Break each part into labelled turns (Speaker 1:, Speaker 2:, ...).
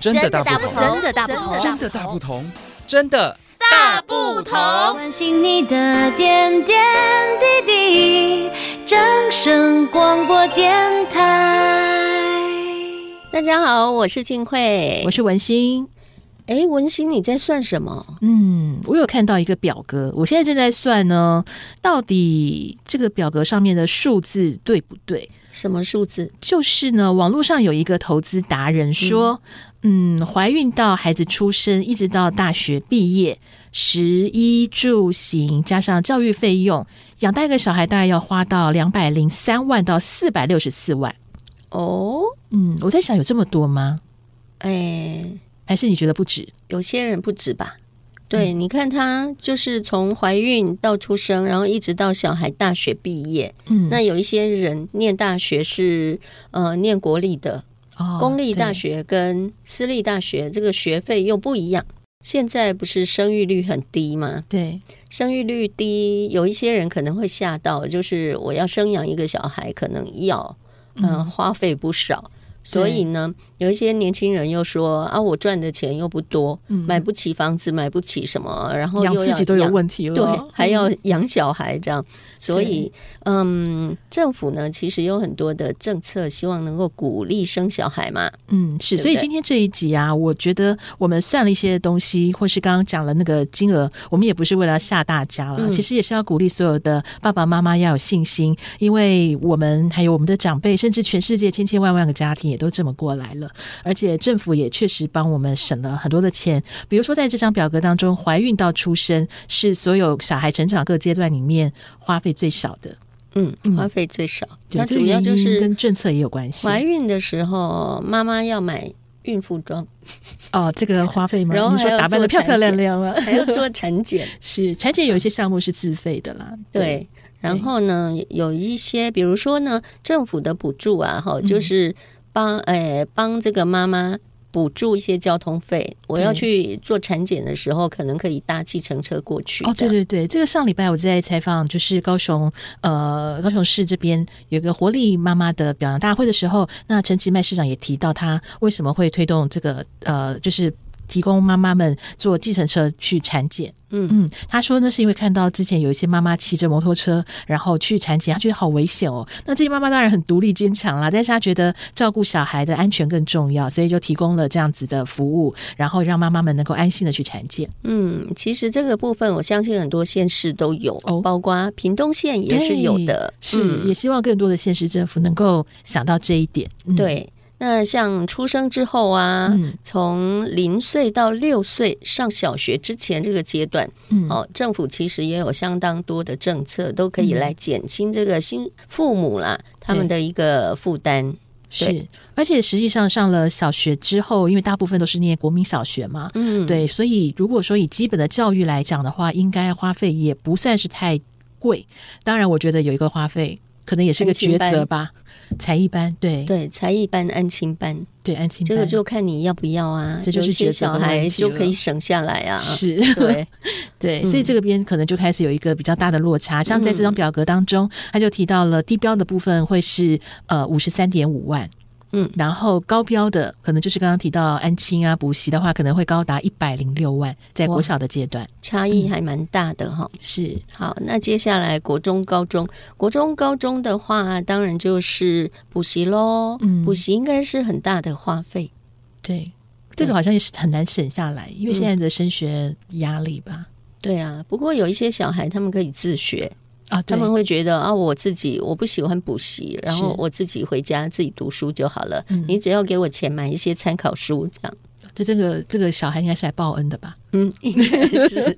Speaker 1: 真的大不
Speaker 2: 不
Speaker 1: 同，
Speaker 2: 同真的大不同
Speaker 1: 真的大不同，真的
Speaker 2: 大不同。
Speaker 3: 关心你的点点滴滴，掌声广播电台。
Speaker 2: 大家好，我是静慧
Speaker 4: 我。是文心。
Speaker 2: 哎，文心，你在算什么？
Speaker 4: 嗯，我有看到一个表格，我现在正在算呢，到底这个表格上面的数字对不对？
Speaker 2: 什么数字？
Speaker 4: 就是呢，网络上有一个投资达人说，嗯，怀孕到孩子出生，一直到大学毕业，食衣住行加上教育费用，养大一个小孩大概要花到两百零三万到四百六十四万。
Speaker 2: 哦，
Speaker 4: 嗯，我在想有这么多吗？
Speaker 2: 哎，
Speaker 4: 还是你觉得不止？
Speaker 2: 有些人不止吧？
Speaker 4: 嗯
Speaker 2: 对，你看他就是从怀孕到出生，然后一直到小孩大学毕业。
Speaker 4: 嗯
Speaker 2: 那有一些人念大学是呃念国立的，
Speaker 4: 哦
Speaker 2: 公立大
Speaker 4: 对
Speaker 2: 学跟私立大学这个学费又不一样。现在不是生育率很低吗？
Speaker 4: 对，
Speaker 2: 生育率低，有一些人可能会吓到，就是我要生养一个小孩，可能要嗯、呃花费不少。所以呢，有一些年轻人又说啊，我赚的钱又不多，买不起房子，买不起什么，然哦后又
Speaker 4: 嗯养
Speaker 2: 要
Speaker 4: 自己都有
Speaker 2: 养
Speaker 4: 问题了，嗯
Speaker 2: 对，还要养小孩这样。所以，嗯，政府呢其实有很多的政策，希望能够鼓励生小孩嘛。
Speaker 4: 嗯，
Speaker 2: 对
Speaker 4: 是，
Speaker 2: 不
Speaker 4: 所以
Speaker 2: 对
Speaker 4: 今天这一集啊，我觉得我们算了一些东西，或是刚刚讲了那个金额，我们也不是为了吓大家了，
Speaker 2: 嗯
Speaker 4: 其实也是要鼓励所有的爸爸妈妈要有信心，因为我们还有我们的长辈，甚至全世界千千万万个家庭也都这么过来了，而且政府也确实帮我们省了很多的钱，比如说在这张表格当中，怀孕到出生是所有小孩成长各阶段里面花费最少的，
Speaker 2: 嗯，
Speaker 4: 嗯
Speaker 2: 花费最少，
Speaker 4: 对
Speaker 2: 那
Speaker 4: 这个
Speaker 2: 主要就
Speaker 4: 原因
Speaker 2: 是
Speaker 4: 跟政策也有关系
Speaker 2: 怀孕的时候，妈妈要买孕妇装。
Speaker 4: 哦，这个花费吗
Speaker 2: 然后？
Speaker 4: 你说
Speaker 2: 还有
Speaker 4: 打扮的
Speaker 2: 做
Speaker 4: 漂
Speaker 2: 产
Speaker 4: 漂亮
Speaker 2: 检
Speaker 4: 亮吗？
Speaker 2: 还要做产 检，
Speaker 4: 是产检有一些项目是自费的啦，
Speaker 2: 对。然后呢，有一些，比如说呢，政府的补助啊，哈，
Speaker 4: 嗯
Speaker 2: 就是帮诶、帮这个妈妈补助一些交通费。我要去做产检的时候，可能可以搭计程车过去。
Speaker 4: 哦，
Speaker 2: 这
Speaker 4: 对
Speaker 2: 样
Speaker 4: 对对，这个上礼拜我在采访，就是高雄呃高雄市这边有一个活力妈妈的表扬大会的时候，那陈其迈市长也提到他为什么会推动这个呃就是。提供妈妈们坐计程车去产检，
Speaker 2: 嗯
Speaker 4: 嗯，他说呢是因为看到之前有一些妈妈骑着摩托车，然后去产检，他觉得好危险哦。那这些妈妈当然很独立坚强啦，但是她觉得照顾小孩的安全更重要，所以就提供了这样子的服务，然后让妈妈们能够安心的去产检。
Speaker 2: 嗯，其实这个部分，我相信很多县市都有，
Speaker 4: 哦
Speaker 2: 包括屏东县也是有的
Speaker 4: 对。是、
Speaker 2: 嗯
Speaker 4: 也希望更多的县市政府能够想到这一点。嗯、，
Speaker 2: 对。那像出生之后啊，
Speaker 4: 嗯
Speaker 2: 从零岁到六岁上小学之前这个阶段，
Speaker 4: 嗯
Speaker 2: 哦，政府其实也有相当多的政策，都可以
Speaker 4: 嗯
Speaker 2: 来减轻这个新父母啦、他们的一个负担。
Speaker 4: 是
Speaker 2: 对，
Speaker 4: 而且实际上上了小学之后，因为大部分都是念国民小学嘛，
Speaker 2: 嗯，
Speaker 4: 对，所以如果说以基本的教育来讲的话，应该花费也不算是太贵。当然，我觉得有一个花费。可能也是个
Speaker 2: 安亲
Speaker 4: 抉
Speaker 2: 班
Speaker 4: 择吧，才艺班，对
Speaker 2: 对，才艺班、安亲班，
Speaker 4: 对，安亲
Speaker 2: 这
Speaker 4: 班
Speaker 2: 个就看你要不要啊。
Speaker 4: 这就是
Speaker 2: 有些
Speaker 4: 抉择
Speaker 2: 小
Speaker 4: 的
Speaker 2: 孩
Speaker 4: 问题
Speaker 2: 就
Speaker 4: 了
Speaker 2: 可以省下来啊。
Speaker 4: 是
Speaker 2: 对，嗯
Speaker 4: 对，所以这个边可能就开始有一个比较大的落差。像在这张表格当
Speaker 2: 嗯
Speaker 4: 中，他就提到了低标的部分会是呃五十三点五万。
Speaker 2: 嗯
Speaker 4: 然后高标的可能就是刚刚提到安亲啊、补习的话，可能会高达一百零六万，在
Speaker 2: 哇
Speaker 4: 国小的阶段
Speaker 2: 差异还蛮大的哈、
Speaker 4: 是
Speaker 2: 好，那接下来国中、高中，国中、高中的话，当然就是补习喽。
Speaker 4: 嗯
Speaker 2: 补习应该是很大的花费。
Speaker 4: 对，这个好像也是很难省下来，
Speaker 2: 嗯
Speaker 4: 因为现在的升学压力吧。
Speaker 2: 对啊，不过有一些小孩他们可以自学，
Speaker 4: 啊，
Speaker 2: 他
Speaker 4: 对，
Speaker 2: 们会觉得啊，我自己我不喜欢补习，然后我自己回家自己读书就好了。
Speaker 4: 嗯
Speaker 2: 你只要给我钱买一些参考书，这样，
Speaker 4: 这这个这个小孩应该是来报恩的吧？
Speaker 2: 嗯，应该是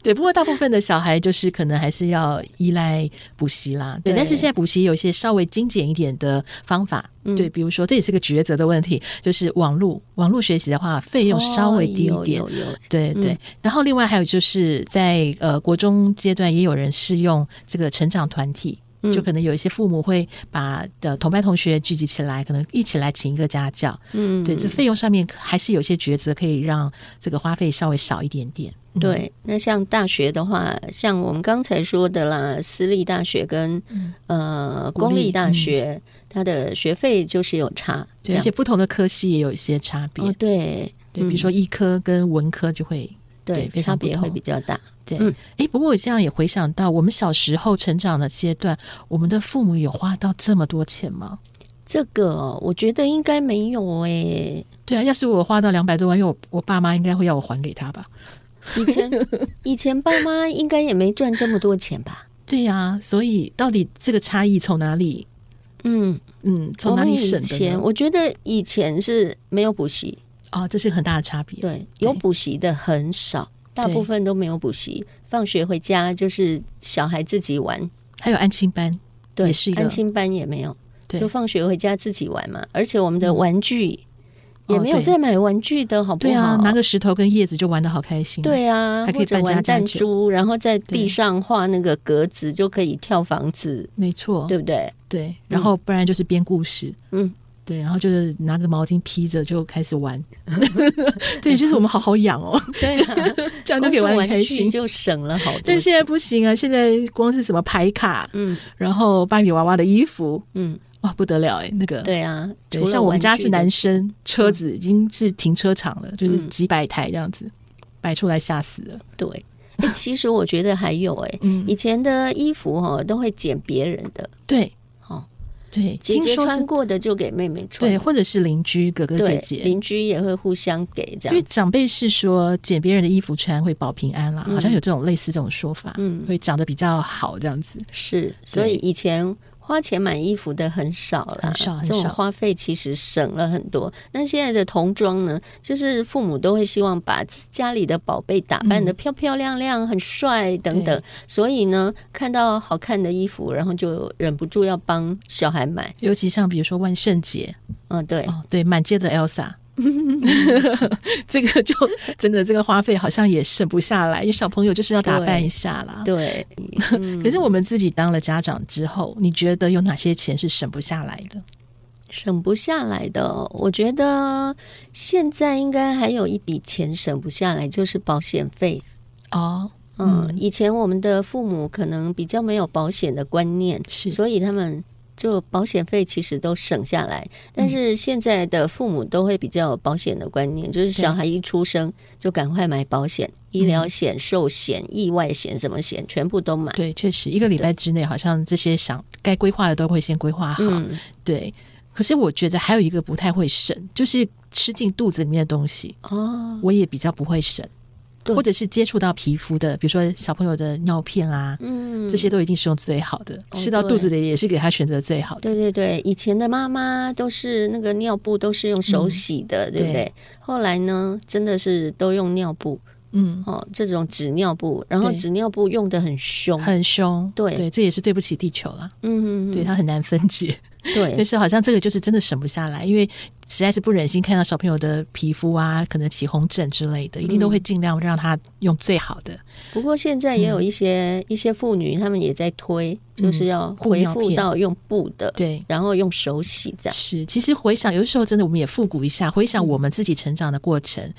Speaker 4: 对，不过大部分的小孩就是可能还是要依赖补习啦。对，
Speaker 2: 对
Speaker 4: 但是现在补习有一些稍微精简一点的方法，
Speaker 2: 嗯
Speaker 4: 对，比如说这也是个抉择的问题，就是网络网络学习的话，费用稍微低一点。
Speaker 2: 哦有有有
Speaker 4: 对对，然后另外还有就是在呃国中阶段，也有人是用这个成长团体，
Speaker 2: 嗯
Speaker 4: 就可能有一些父母会把的同班同学聚集起来，可能一起来请一个家教。
Speaker 2: 嗯，
Speaker 4: 对，这费用上面还是有些抉择，可以让这个花费稍微少一点点。嗯，
Speaker 2: 对，那像大学的话，像我们刚才说的啦，私立大学跟、呃
Speaker 4: 嗯国立
Speaker 2: 公立大
Speaker 4: 嗯
Speaker 2: 学，它的学费就是有差，
Speaker 4: 对
Speaker 2: 这
Speaker 4: 而
Speaker 2: 样
Speaker 4: 且不同的科系也有一些差别。
Speaker 2: 哦，嗯对
Speaker 4: 对，比如说医科跟文科就会对
Speaker 2: 对，
Speaker 4: 非常
Speaker 2: 差
Speaker 4: 不
Speaker 2: 别
Speaker 4: 同
Speaker 2: 会比较大。
Speaker 4: 对，哎
Speaker 2: 嗯、
Speaker 4: 不过我这样也回想到我们小时候成长的阶段，我们的父母有花到这么多钱吗？
Speaker 2: 这个哦我觉得应该没有诶、
Speaker 4: 对啊，要是我花到两百多万，因为我我爸妈应该会要我还给他吧？
Speaker 2: 以 前以前爸妈应该也没赚这么多钱吧？
Speaker 4: 对呀、
Speaker 2: 啊
Speaker 4: 所以到底这个差异从哪里？
Speaker 2: 嗯，
Speaker 4: 嗯，
Speaker 2: 我
Speaker 4: 从哪
Speaker 2: 们
Speaker 4: 里
Speaker 2: 以
Speaker 4: 省的
Speaker 2: 前
Speaker 4: 呢？
Speaker 2: 我觉得以前是没有补习，
Speaker 4: 哦，这是很大的差别。
Speaker 2: 对，有补习的很少，大
Speaker 4: 对
Speaker 2: 部分都没有补习。放学回家就是小孩自己玩，
Speaker 4: 还有安亲班，
Speaker 2: 对，
Speaker 4: 也是一个
Speaker 2: 安亲班也没有，
Speaker 4: 对嗯
Speaker 2: 就放学回家自己玩嘛。而且我们的玩具也
Speaker 4: 哦
Speaker 2: 没有
Speaker 4: 对
Speaker 2: 再买玩具的，好不
Speaker 4: 对
Speaker 2: 好？
Speaker 4: 啊，拿个石头跟叶子就玩的好开心。，
Speaker 2: 对啊，
Speaker 4: 还可以
Speaker 2: 或者
Speaker 4: 扮家
Speaker 2: 玩
Speaker 4: 家
Speaker 2: 弹
Speaker 4: 酒
Speaker 2: 珠，然后在
Speaker 4: 对
Speaker 2: 地上画那个格子，就可以跳房子，
Speaker 4: 没错，
Speaker 2: 对不对？
Speaker 4: 对，然后不然就是编故事，
Speaker 2: 嗯，
Speaker 4: 对，然后就是拿个毛巾披着就开 始玩，对，就是我们好好养哦，
Speaker 2: 对啊，
Speaker 4: 这
Speaker 2: 光
Speaker 4: 样就可以
Speaker 2: 是
Speaker 4: 玩得
Speaker 2: 玩
Speaker 4: 开
Speaker 2: 具
Speaker 4: 心。
Speaker 2: 就省了好多钱。
Speaker 4: 但现在不行啊，现在光是什么牌卡，
Speaker 2: 嗯
Speaker 4: 然后芭比娃娃的衣服，
Speaker 2: 嗯，
Speaker 4: 哇，不得了哎、那个
Speaker 2: 对啊，
Speaker 4: 对
Speaker 2: 除了
Speaker 4: 像我们
Speaker 2: 玩
Speaker 4: 家
Speaker 2: 具
Speaker 4: 是
Speaker 2: 的
Speaker 4: 男生，车子已经是停车场了，就是
Speaker 2: 嗯
Speaker 4: 几百台这样子摆出来，吓死了。
Speaker 2: 对，哎、其实我觉得还有哎、
Speaker 4: 嗯，
Speaker 2: 以前的衣服哦都会捡别人的，
Speaker 4: 对
Speaker 2: 哦，
Speaker 4: 对，
Speaker 2: 姐
Speaker 4: 听
Speaker 2: 姐
Speaker 4: 说
Speaker 2: 穿
Speaker 4: 是，
Speaker 2: 过的就给妹妹穿，
Speaker 4: 对，或者是邻居哥哥姐
Speaker 2: 对，
Speaker 4: 姐，
Speaker 2: 邻居也会互相给这
Speaker 4: 因为
Speaker 2: 样，
Speaker 4: 长辈是说捡别人的衣服穿会保平安啦，
Speaker 2: 嗯
Speaker 4: 好像有这种类似这种说法，
Speaker 2: 嗯，
Speaker 4: 会长得比较好这样子。
Speaker 2: 是，所以以前。花钱买衣服的很少了，
Speaker 4: 很少很
Speaker 2: 这种
Speaker 4: 少
Speaker 2: 花费其实省了很多。那现在的童装呢，就是父母都会希望把自家里的宝贝打扮的漂漂亮亮、很帅等等
Speaker 4: 嗯对，
Speaker 2: 所以呢，看到好看的衣服，然后就忍不住要帮小孩买。
Speaker 4: 尤其像比如说万圣节，
Speaker 2: 嗯，对，
Speaker 4: 哦，对，满街的 Elsa，这个就真的这个花费好像也省不下来，因为小朋友就是要打扮一下啦。
Speaker 2: 对，
Speaker 4: 可是我们自己当了家长之后，你觉得有哪些钱是省不下来的？
Speaker 2: 省不下来的，我觉得现在应该还有一笔钱省不下来，就是保险费。
Speaker 4: 哦，
Speaker 2: 嗯，
Speaker 4: 嗯
Speaker 2: 以前我们的父母可能比较没有保险的观念，
Speaker 4: 是
Speaker 2: 所以他们就保险费其实都省下来。
Speaker 4: 嗯
Speaker 2: 但是现在的父母都会比较有保险的观念，就是小孩一出生就赶快买保险，医
Speaker 4: 嗯
Speaker 2: 疗险、寿险、意外险什么险全部都买。
Speaker 4: 对，确实一个礼拜之内，好像这些想该规划的都会先规划好。
Speaker 2: 嗯，
Speaker 4: 对，可是我觉得还有一个不太会省，就是吃进肚子里面的东西，
Speaker 2: 哦，
Speaker 4: 我也比较不会省，
Speaker 2: 对
Speaker 4: 或者是接触到皮肤的，比如说小朋友的尿片啊，
Speaker 2: 嗯，哦
Speaker 4: 这些都一定是用最好的，吃到肚子里也是给他选择最好的。
Speaker 2: 对对对，以前的妈妈都是那个尿布都是用手洗的，对不对
Speaker 4: 嗯对？
Speaker 2: 后来呢，真的是都用尿布
Speaker 4: 嗯，
Speaker 2: 哦，这种纸尿布，然后
Speaker 4: 对
Speaker 2: 纸尿布用的很凶，
Speaker 4: 很凶，
Speaker 2: 对
Speaker 4: 对，这也是对不起地球啦，
Speaker 2: 嗯，
Speaker 4: 对它很难分解。但
Speaker 2: 对
Speaker 4: 是好像这个就是真的省不下来，因为实在是不忍心看到小朋友的皮肤啊，可能起红疹之类的，一定
Speaker 2: 嗯
Speaker 4: 都会尽量让他用最好的。
Speaker 2: 不过现在
Speaker 4: 嗯
Speaker 2: 也有一些、一些妇女，她们也在推，就是要
Speaker 4: 布
Speaker 2: 恢
Speaker 4: 尿
Speaker 2: 复
Speaker 4: 片
Speaker 2: 到用布的，
Speaker 4: 对，
Speaker 2: 然后用手洗这样。
Speaker 4: 是，其实回想，有的时候真的我们也复古一下，回
Speaker 2: 嗯
Speaker 4: 想我们自己成长的过程。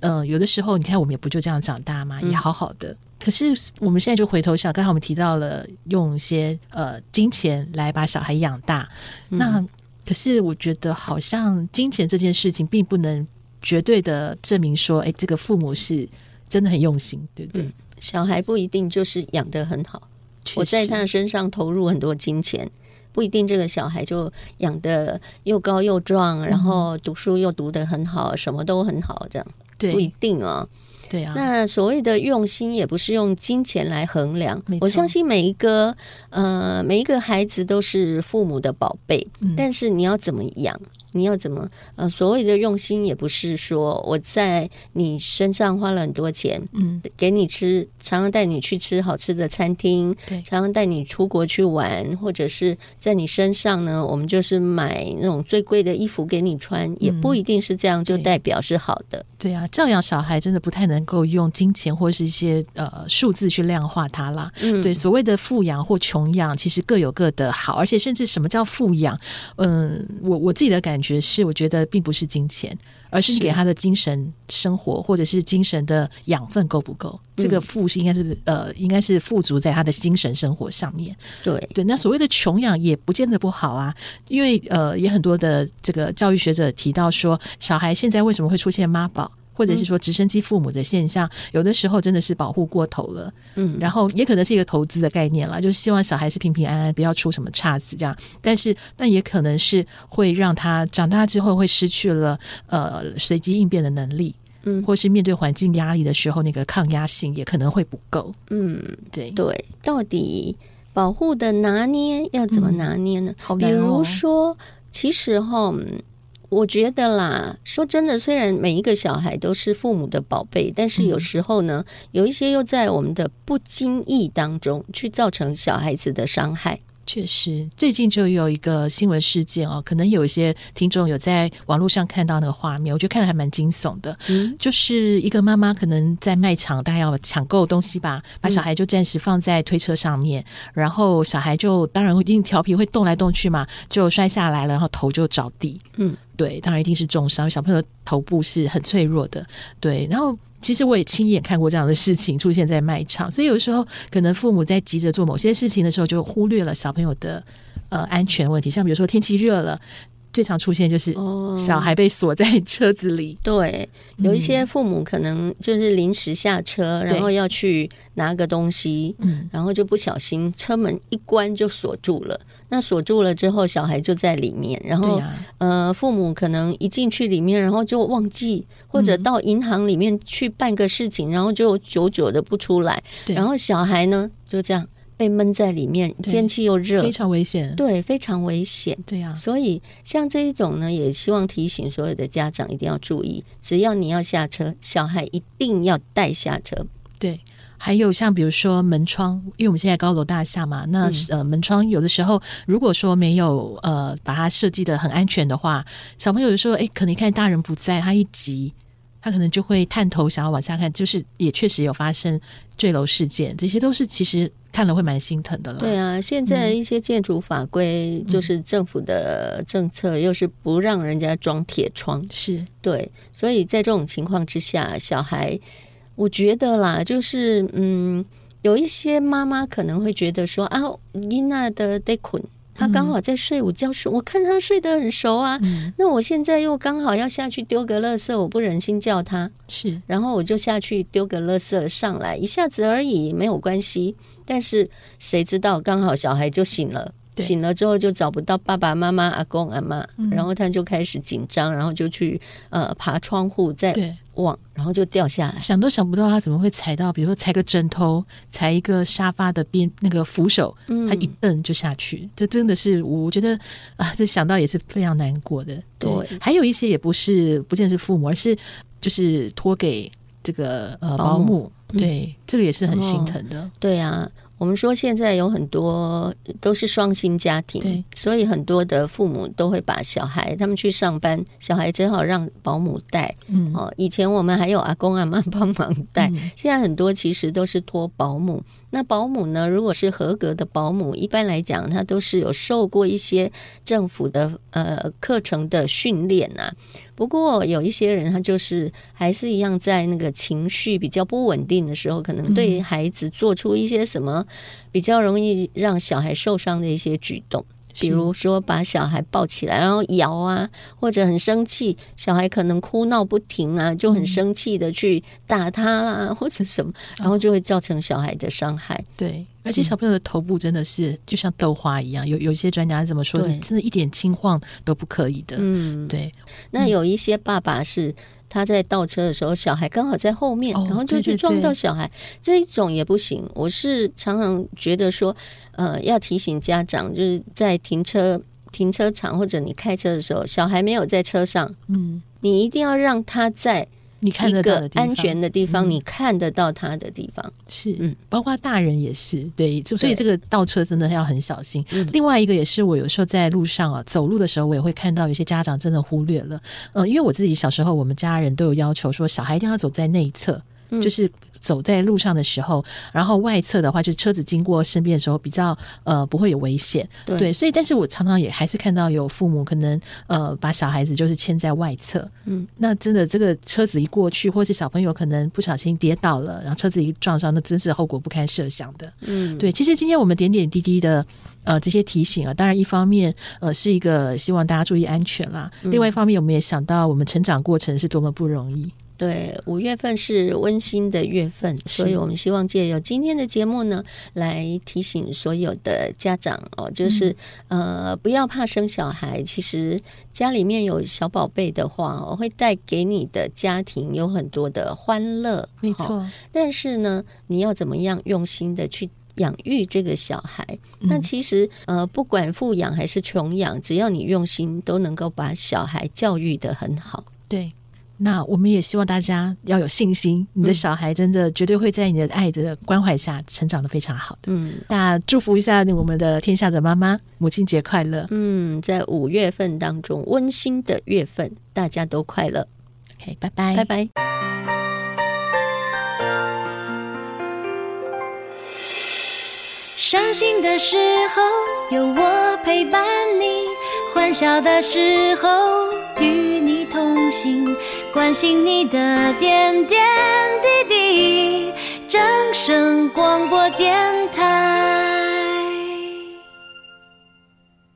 Speaker 4: 嗯、有的时候你看，我们也不就这样长大嘛，
Speaker 2: 嗯
Speaker 4: 也好好的。可是我们现在就回头想，刚才我们提到了用一些呃金钱来把小孩养大，
Speaker 2: 嗯
Speaker 4: 那可是我觉得好像金钱这件事情并不能绝对的证明说，哎，这个父母是真的很用心，对不对？
Speaker 2: 小孩不一定就是养得很好，嗯我在他
Speaker 4: 看，
Speaker 2: 的身上投入很多金钱，不一定这个小孩就养的又高又壮，然后读书又读得很好，什么都很好，这样不一
Speaker 4: 对
Speaker 2: 定啊、
Speaker 4: 对啊，
Speaker 2: 那所谓的用心，也不是用金钱来衡量
Speaker 4: 没。错
Speaker 2: 我相信每一个呃每一个孩子都是父母的宝贝，
Speaker 4: 嗯
Speaker 2: 但是你要怎么养，你要怎么呃，所谓的用心也不是说我在你身上花了很多钱，
Speaker 4: 嗯，
Speaker 2: 给你吃，常常带你去吃好吃的餐厅，
Speaker 4: 对，
Speaker 2: 常常带你出国去玩，或者是在你身上呢，我们就是买那种最贵的衣服给你穿，也不一定是这样就
Speaker 4: 嗯对
Speaker 2: 代表是好的。
Speaker 4: 对啊，教养小孩真的不太能够用金钱或是一些呃数字去量化它啦。
Speaker 2: 嗯，
Speaker 4: 对，所谓的富养或穷养，其实各有各的好，而且甚至什么叫富养？嗯，我我自己的感觉是，我觉得并不是金钱，而是你给他的精神生活或者是精神的养分够不够？这个富是应该是呃，应该是富足在他的精神生活上面。
Speaker 2: 对，
Speaker 4: 对，那所谓的穷养也不见得不好啊，因为呃，也很多的这个教育学者提到说，小孩现在为什么会出现妈宝？或者是说直升机父母的现象，有的时候真的是保护过头了，
Speaker 2: 嗯，
Speaker 4: 然后也可能是一个投资的概念啦，就是希望小孩是平平安安，不要出什么岔子这样。但是，但也可能是会让他长大之后会失去了呃随机应变的能力，
Speaker 2: 嗯
Speaker 4: 或是面对环境压力的时候那个抗压性也可能会不够。
Speaker 2: 嗯，
Speaker 4: 对，
Speaker 2: 对，到底保护的拿捏要怎么
Speaker 4: 嗯
Speaker 2: 拿捏呢？
Speaker 4: 好
Speaker 2: 比
Speaker 4: 难哦
Speaker 2: 如说，其实哈，嗯我觉得啦，说真的，虽然每一个小孩都是父母的宝贝，但是有
Speaker 4: 嗯
Speaker 2: 时候呢，有一些又在我们的不经意当中去造成小孩子的伤害。
Speaker 4: 确实，最近就有一个新闻事件哦，可能有一些听众有在网络上看到那个画面，我觉得看的还蛮惊悚的。
Speaker 2: 嗯，
Speaker 4: 就是一个妈妈可能在卖场，大概要抢购东西吧，把
Speaker 2: 嗯
Speaker 4: 小孩就暂时放在推车上面，然后小孩就当然一定调皮会动来动去嘛，就摔下来了，然后头就着地。
Speaker 2: 嗯，
Speaker 4: 对，当然一定是重伤，小朋友的头部是很脆弱的。对，然后。其实我也亲眼看过这样的事情出现在卖场，所以有时候可能父母在急着做某些事情的时候，就忽略了小朋友的呃安全问题。像比如说天气热了，最常出现就是
Speaker 2: 哦
Speaker 4: 小孩被锁在车子里，
Speaker 2: 对，有一
Speaker 4: 嗯
Speaker 2: 些父母可能就是临时下车，然后要去拿个东西，
Speaker 4: 嗯，
Speaker 2: 然后就不小心车门一关就锁住了。那锁住了之后，小孩就在里面，然
Speaker 4: 对啊
Speaker 2: 后、
Speaker 4: 呀、
Speaker 2: 呃，父母可能一进去里面，然后就忘记，或者
Speaker 4: 嗯
Speaker 2: 到银行里面去办个事情，然后就久久的不出来，
Speaker 4: 对
Speaker 2: 然后小孩呢就这样被闷在里面，
Speaker 4: 对
Speaker 2: 天气又热
Speaker 4: 非，常危险。
Speaker 2: 对，非常危险。
Speaker 4: 对呀、
Speaker 2: 所以，像这一种呢，也希望提醒所有的家长一定要注意，只要你要下车，小孩一定要带下车。
Speaker 4: 对。还有像比如说门窗，因为我们现在高楼大厦嘛，那、
Speaker 2: 嗯
Speaker 4: 呃门窗有的时候如果说没有呃把它设计的很安全的话，小朋友有时候哎，可能看大人不在，他一急，他可能就会探头想要往下看，就是也确实有发生坠楼事件，这些都是其实看了会蛮心疼的了。
Speaker 2: 对啊，嗯现在一些建筑法规就是政府的政策，又是不让人家装铁窗，
Speaker 4: 是
Speaker 2: 对，所以在这种情况之下，小孩，我觉得啦，就是嗯，有一些妈妈可能会觉得说啊，伊娜的得困，她刚好在睡午觉，睡、我看她睡得很熟啊，
Speaker 4: 嗯
Speaker 2: 那我现在又刚好要下去丢个垃圾，我不忍心叫她，
Speaker 4: 是，
Speaker 2: 然后我就下去丢个垃圾上来，一下子而已，没有关系。但是谁知道，刚好小孩就醒了。
Speaker 4: 对嗯
Speaker 2: 醒了之后就找不到爸爸妈妈、阿公阿妈，然后他就开始紧张，然后就去呃爬窗户，再
Speaker 4: 对，
Speaker 2: 往，然后就掉下来。
Speaker 4: 想都想不到他怎么会踩到，比如说踩个枕头，踩一个沙发的边那个扶手，
Speaker 2: 嗯
Speaker 4: 他一蹬就下去，这真的是我觉得啊，这想到也是非常难过的。
Speaker 2: 对
Speaker 4: 还有一些也不是不见得是父母，而是就是托给这个呃
Speaker 2: 保
Speaker 4: 保
Speaker 2: 姆嗯
Speaker 4: 姆，对，这个也是很心
Speaker 2: 哦
Speaker 4: 疼的。
Speaker 2: 对啊，我们说现在有很多呃都是双薪家
Speaker 4: 对
Speaker 2: 庭，所以很多的父母都会把小孩他们去上班，小孩只好让保姆带。
Speaker 4: 嗯，
Speaker 2: 哦，以前我们还有阿公阿妈帮忙带，
Speaker 4: 嗯
Speaker 2: 现在很多其实都是托保姆。那保姆呢，如果是合格的保姆，一般来讲，他都是有受过一些政府的呃课程的训练啊。不过有一些人，他就是还是一样在那个情绪比较不稳定的时候，可能对
Speaker 4: 嗯
Speaker 2: 孩子做出一些什么比较容易让小孩受伤的一些举动。比
Speaker 4: 是
Speaker 2: 如说把小孩抱起来，然后摇啊，或者很生气，小孩可能哭闹不停啊，就
Speaker 4: 嗯
Speaker 2: 很生气的去打他啦、或者什么，然后就会造成小孩的伤害。
Speaker 4: 对，而且小朋友的头部真的是就像豆花一样，有有一些专家是这么说的，
Speaker 2: 对
Speaker 4: 真的一点轻晃都不可以的。
Speaker 2: 嗯，
Speaker 4: 对，
Speaker 2: 那有一些爸爸是。他在倒车的时候，小孩刚好在后面，
Speaker 4: 哦
Speaker 2: 然后就
Speaker 4: 对对
Speaker 2: 去撞到
Speaker 4: 对
Speaker 2: 小孩，这一种也不行。我是常常觉得说，呃，要提醒家长，就是在停车停车场或者你开车的时候，小孩没有在车上，
Speaker 4: 嗯，
Speaker 2: 你一定要让他在
Speaker 4: 你看
Speaker 2: 一
Speaker 4: 得到
Speaker 2: 个
Speaker 4: 的地方
Speaker 2: 安全的地方，
Speaker 4: 嗯
Speaker 2: 你看得到他的地方。
Speaker 4: 是，
Speaker 2: 嗯
Speaker 4: 包括大人也是，对，就所以
Speaker 2: 对
Speaker 4: 这个倒车真的要很小心。
Speaker 2: 嗯
Speaker 4: 另外一个也是，我有时候在路上啊走路的时候，我也会看到有些家长真的忽略了，嗯、因为我自己小时候，我们家人都有要求说，小孩一定要走在内侧。
Speaker 2: 嗯
Speaker 4: 就是走在路上的时候，然后外侧的话，就是车子经过身边的时候，比较呃不会有危险。
Speaker 2: 对
Speaker 4: 对，所以但是我常常也还是看到有父母可能呃把小孩子就是牵在外侧，
Speaker 2: 嗯，
Speaker 4: 那真的这个车子一过去，或是小朋友可能不小心跌倒了，然后车子一撞上，那真是后果不堪设想的。
Speaker 2: 嗯，
Speaker 4: 对，其实今天我们点点滴滴的呃这些提醒啊，当然一方面呃是一个希望大家注意安全啦，另外一方面我们也想到我们成长过程是多么不容易。
Speaker 2: 对，五月份是温馨的月份，
Speaker 4: 是
Speaker 2: 所以我们希望借由今天的节目呢，来提醒所有的家长哦，就是、
Speaker 4: 嗯
Speaker 2: 呃，不要怕生小孩。其实家里面有小宝贝的话哦，会带给你的家庭有很多的欢乐，
Speaker 4: 没
Speaker 2: 哦。
Speaker 4: 错，
Speaker 2: 但是呢，你要怎么样用心的去养育这个小孩？那其实呃，不管富养还是穷养，只要你用心，都能够把小孩教育的很好。
Speaker 4: 对。那我们也希望大家要有信心，你的
Speaker 2: 嗯
Speaker 4: 小孩真的绝对会在你的爱的关怀下成长的非常好的。
Speaker 2: 嗯。
Speaker 4: 那祝福一下我们的天下的妈妈，母亲节快乐！
Speaker 2: 嗯，在五月份当中，温馨的月份，大家都快乐，
Speaker 4: OK，拜拜，
Speaker 2: 拜拜。
Speaker 3: 伤心的时候有我陪伴你，欢笑的时候与你同行，关心你的点点滴滴。掌声广播电台。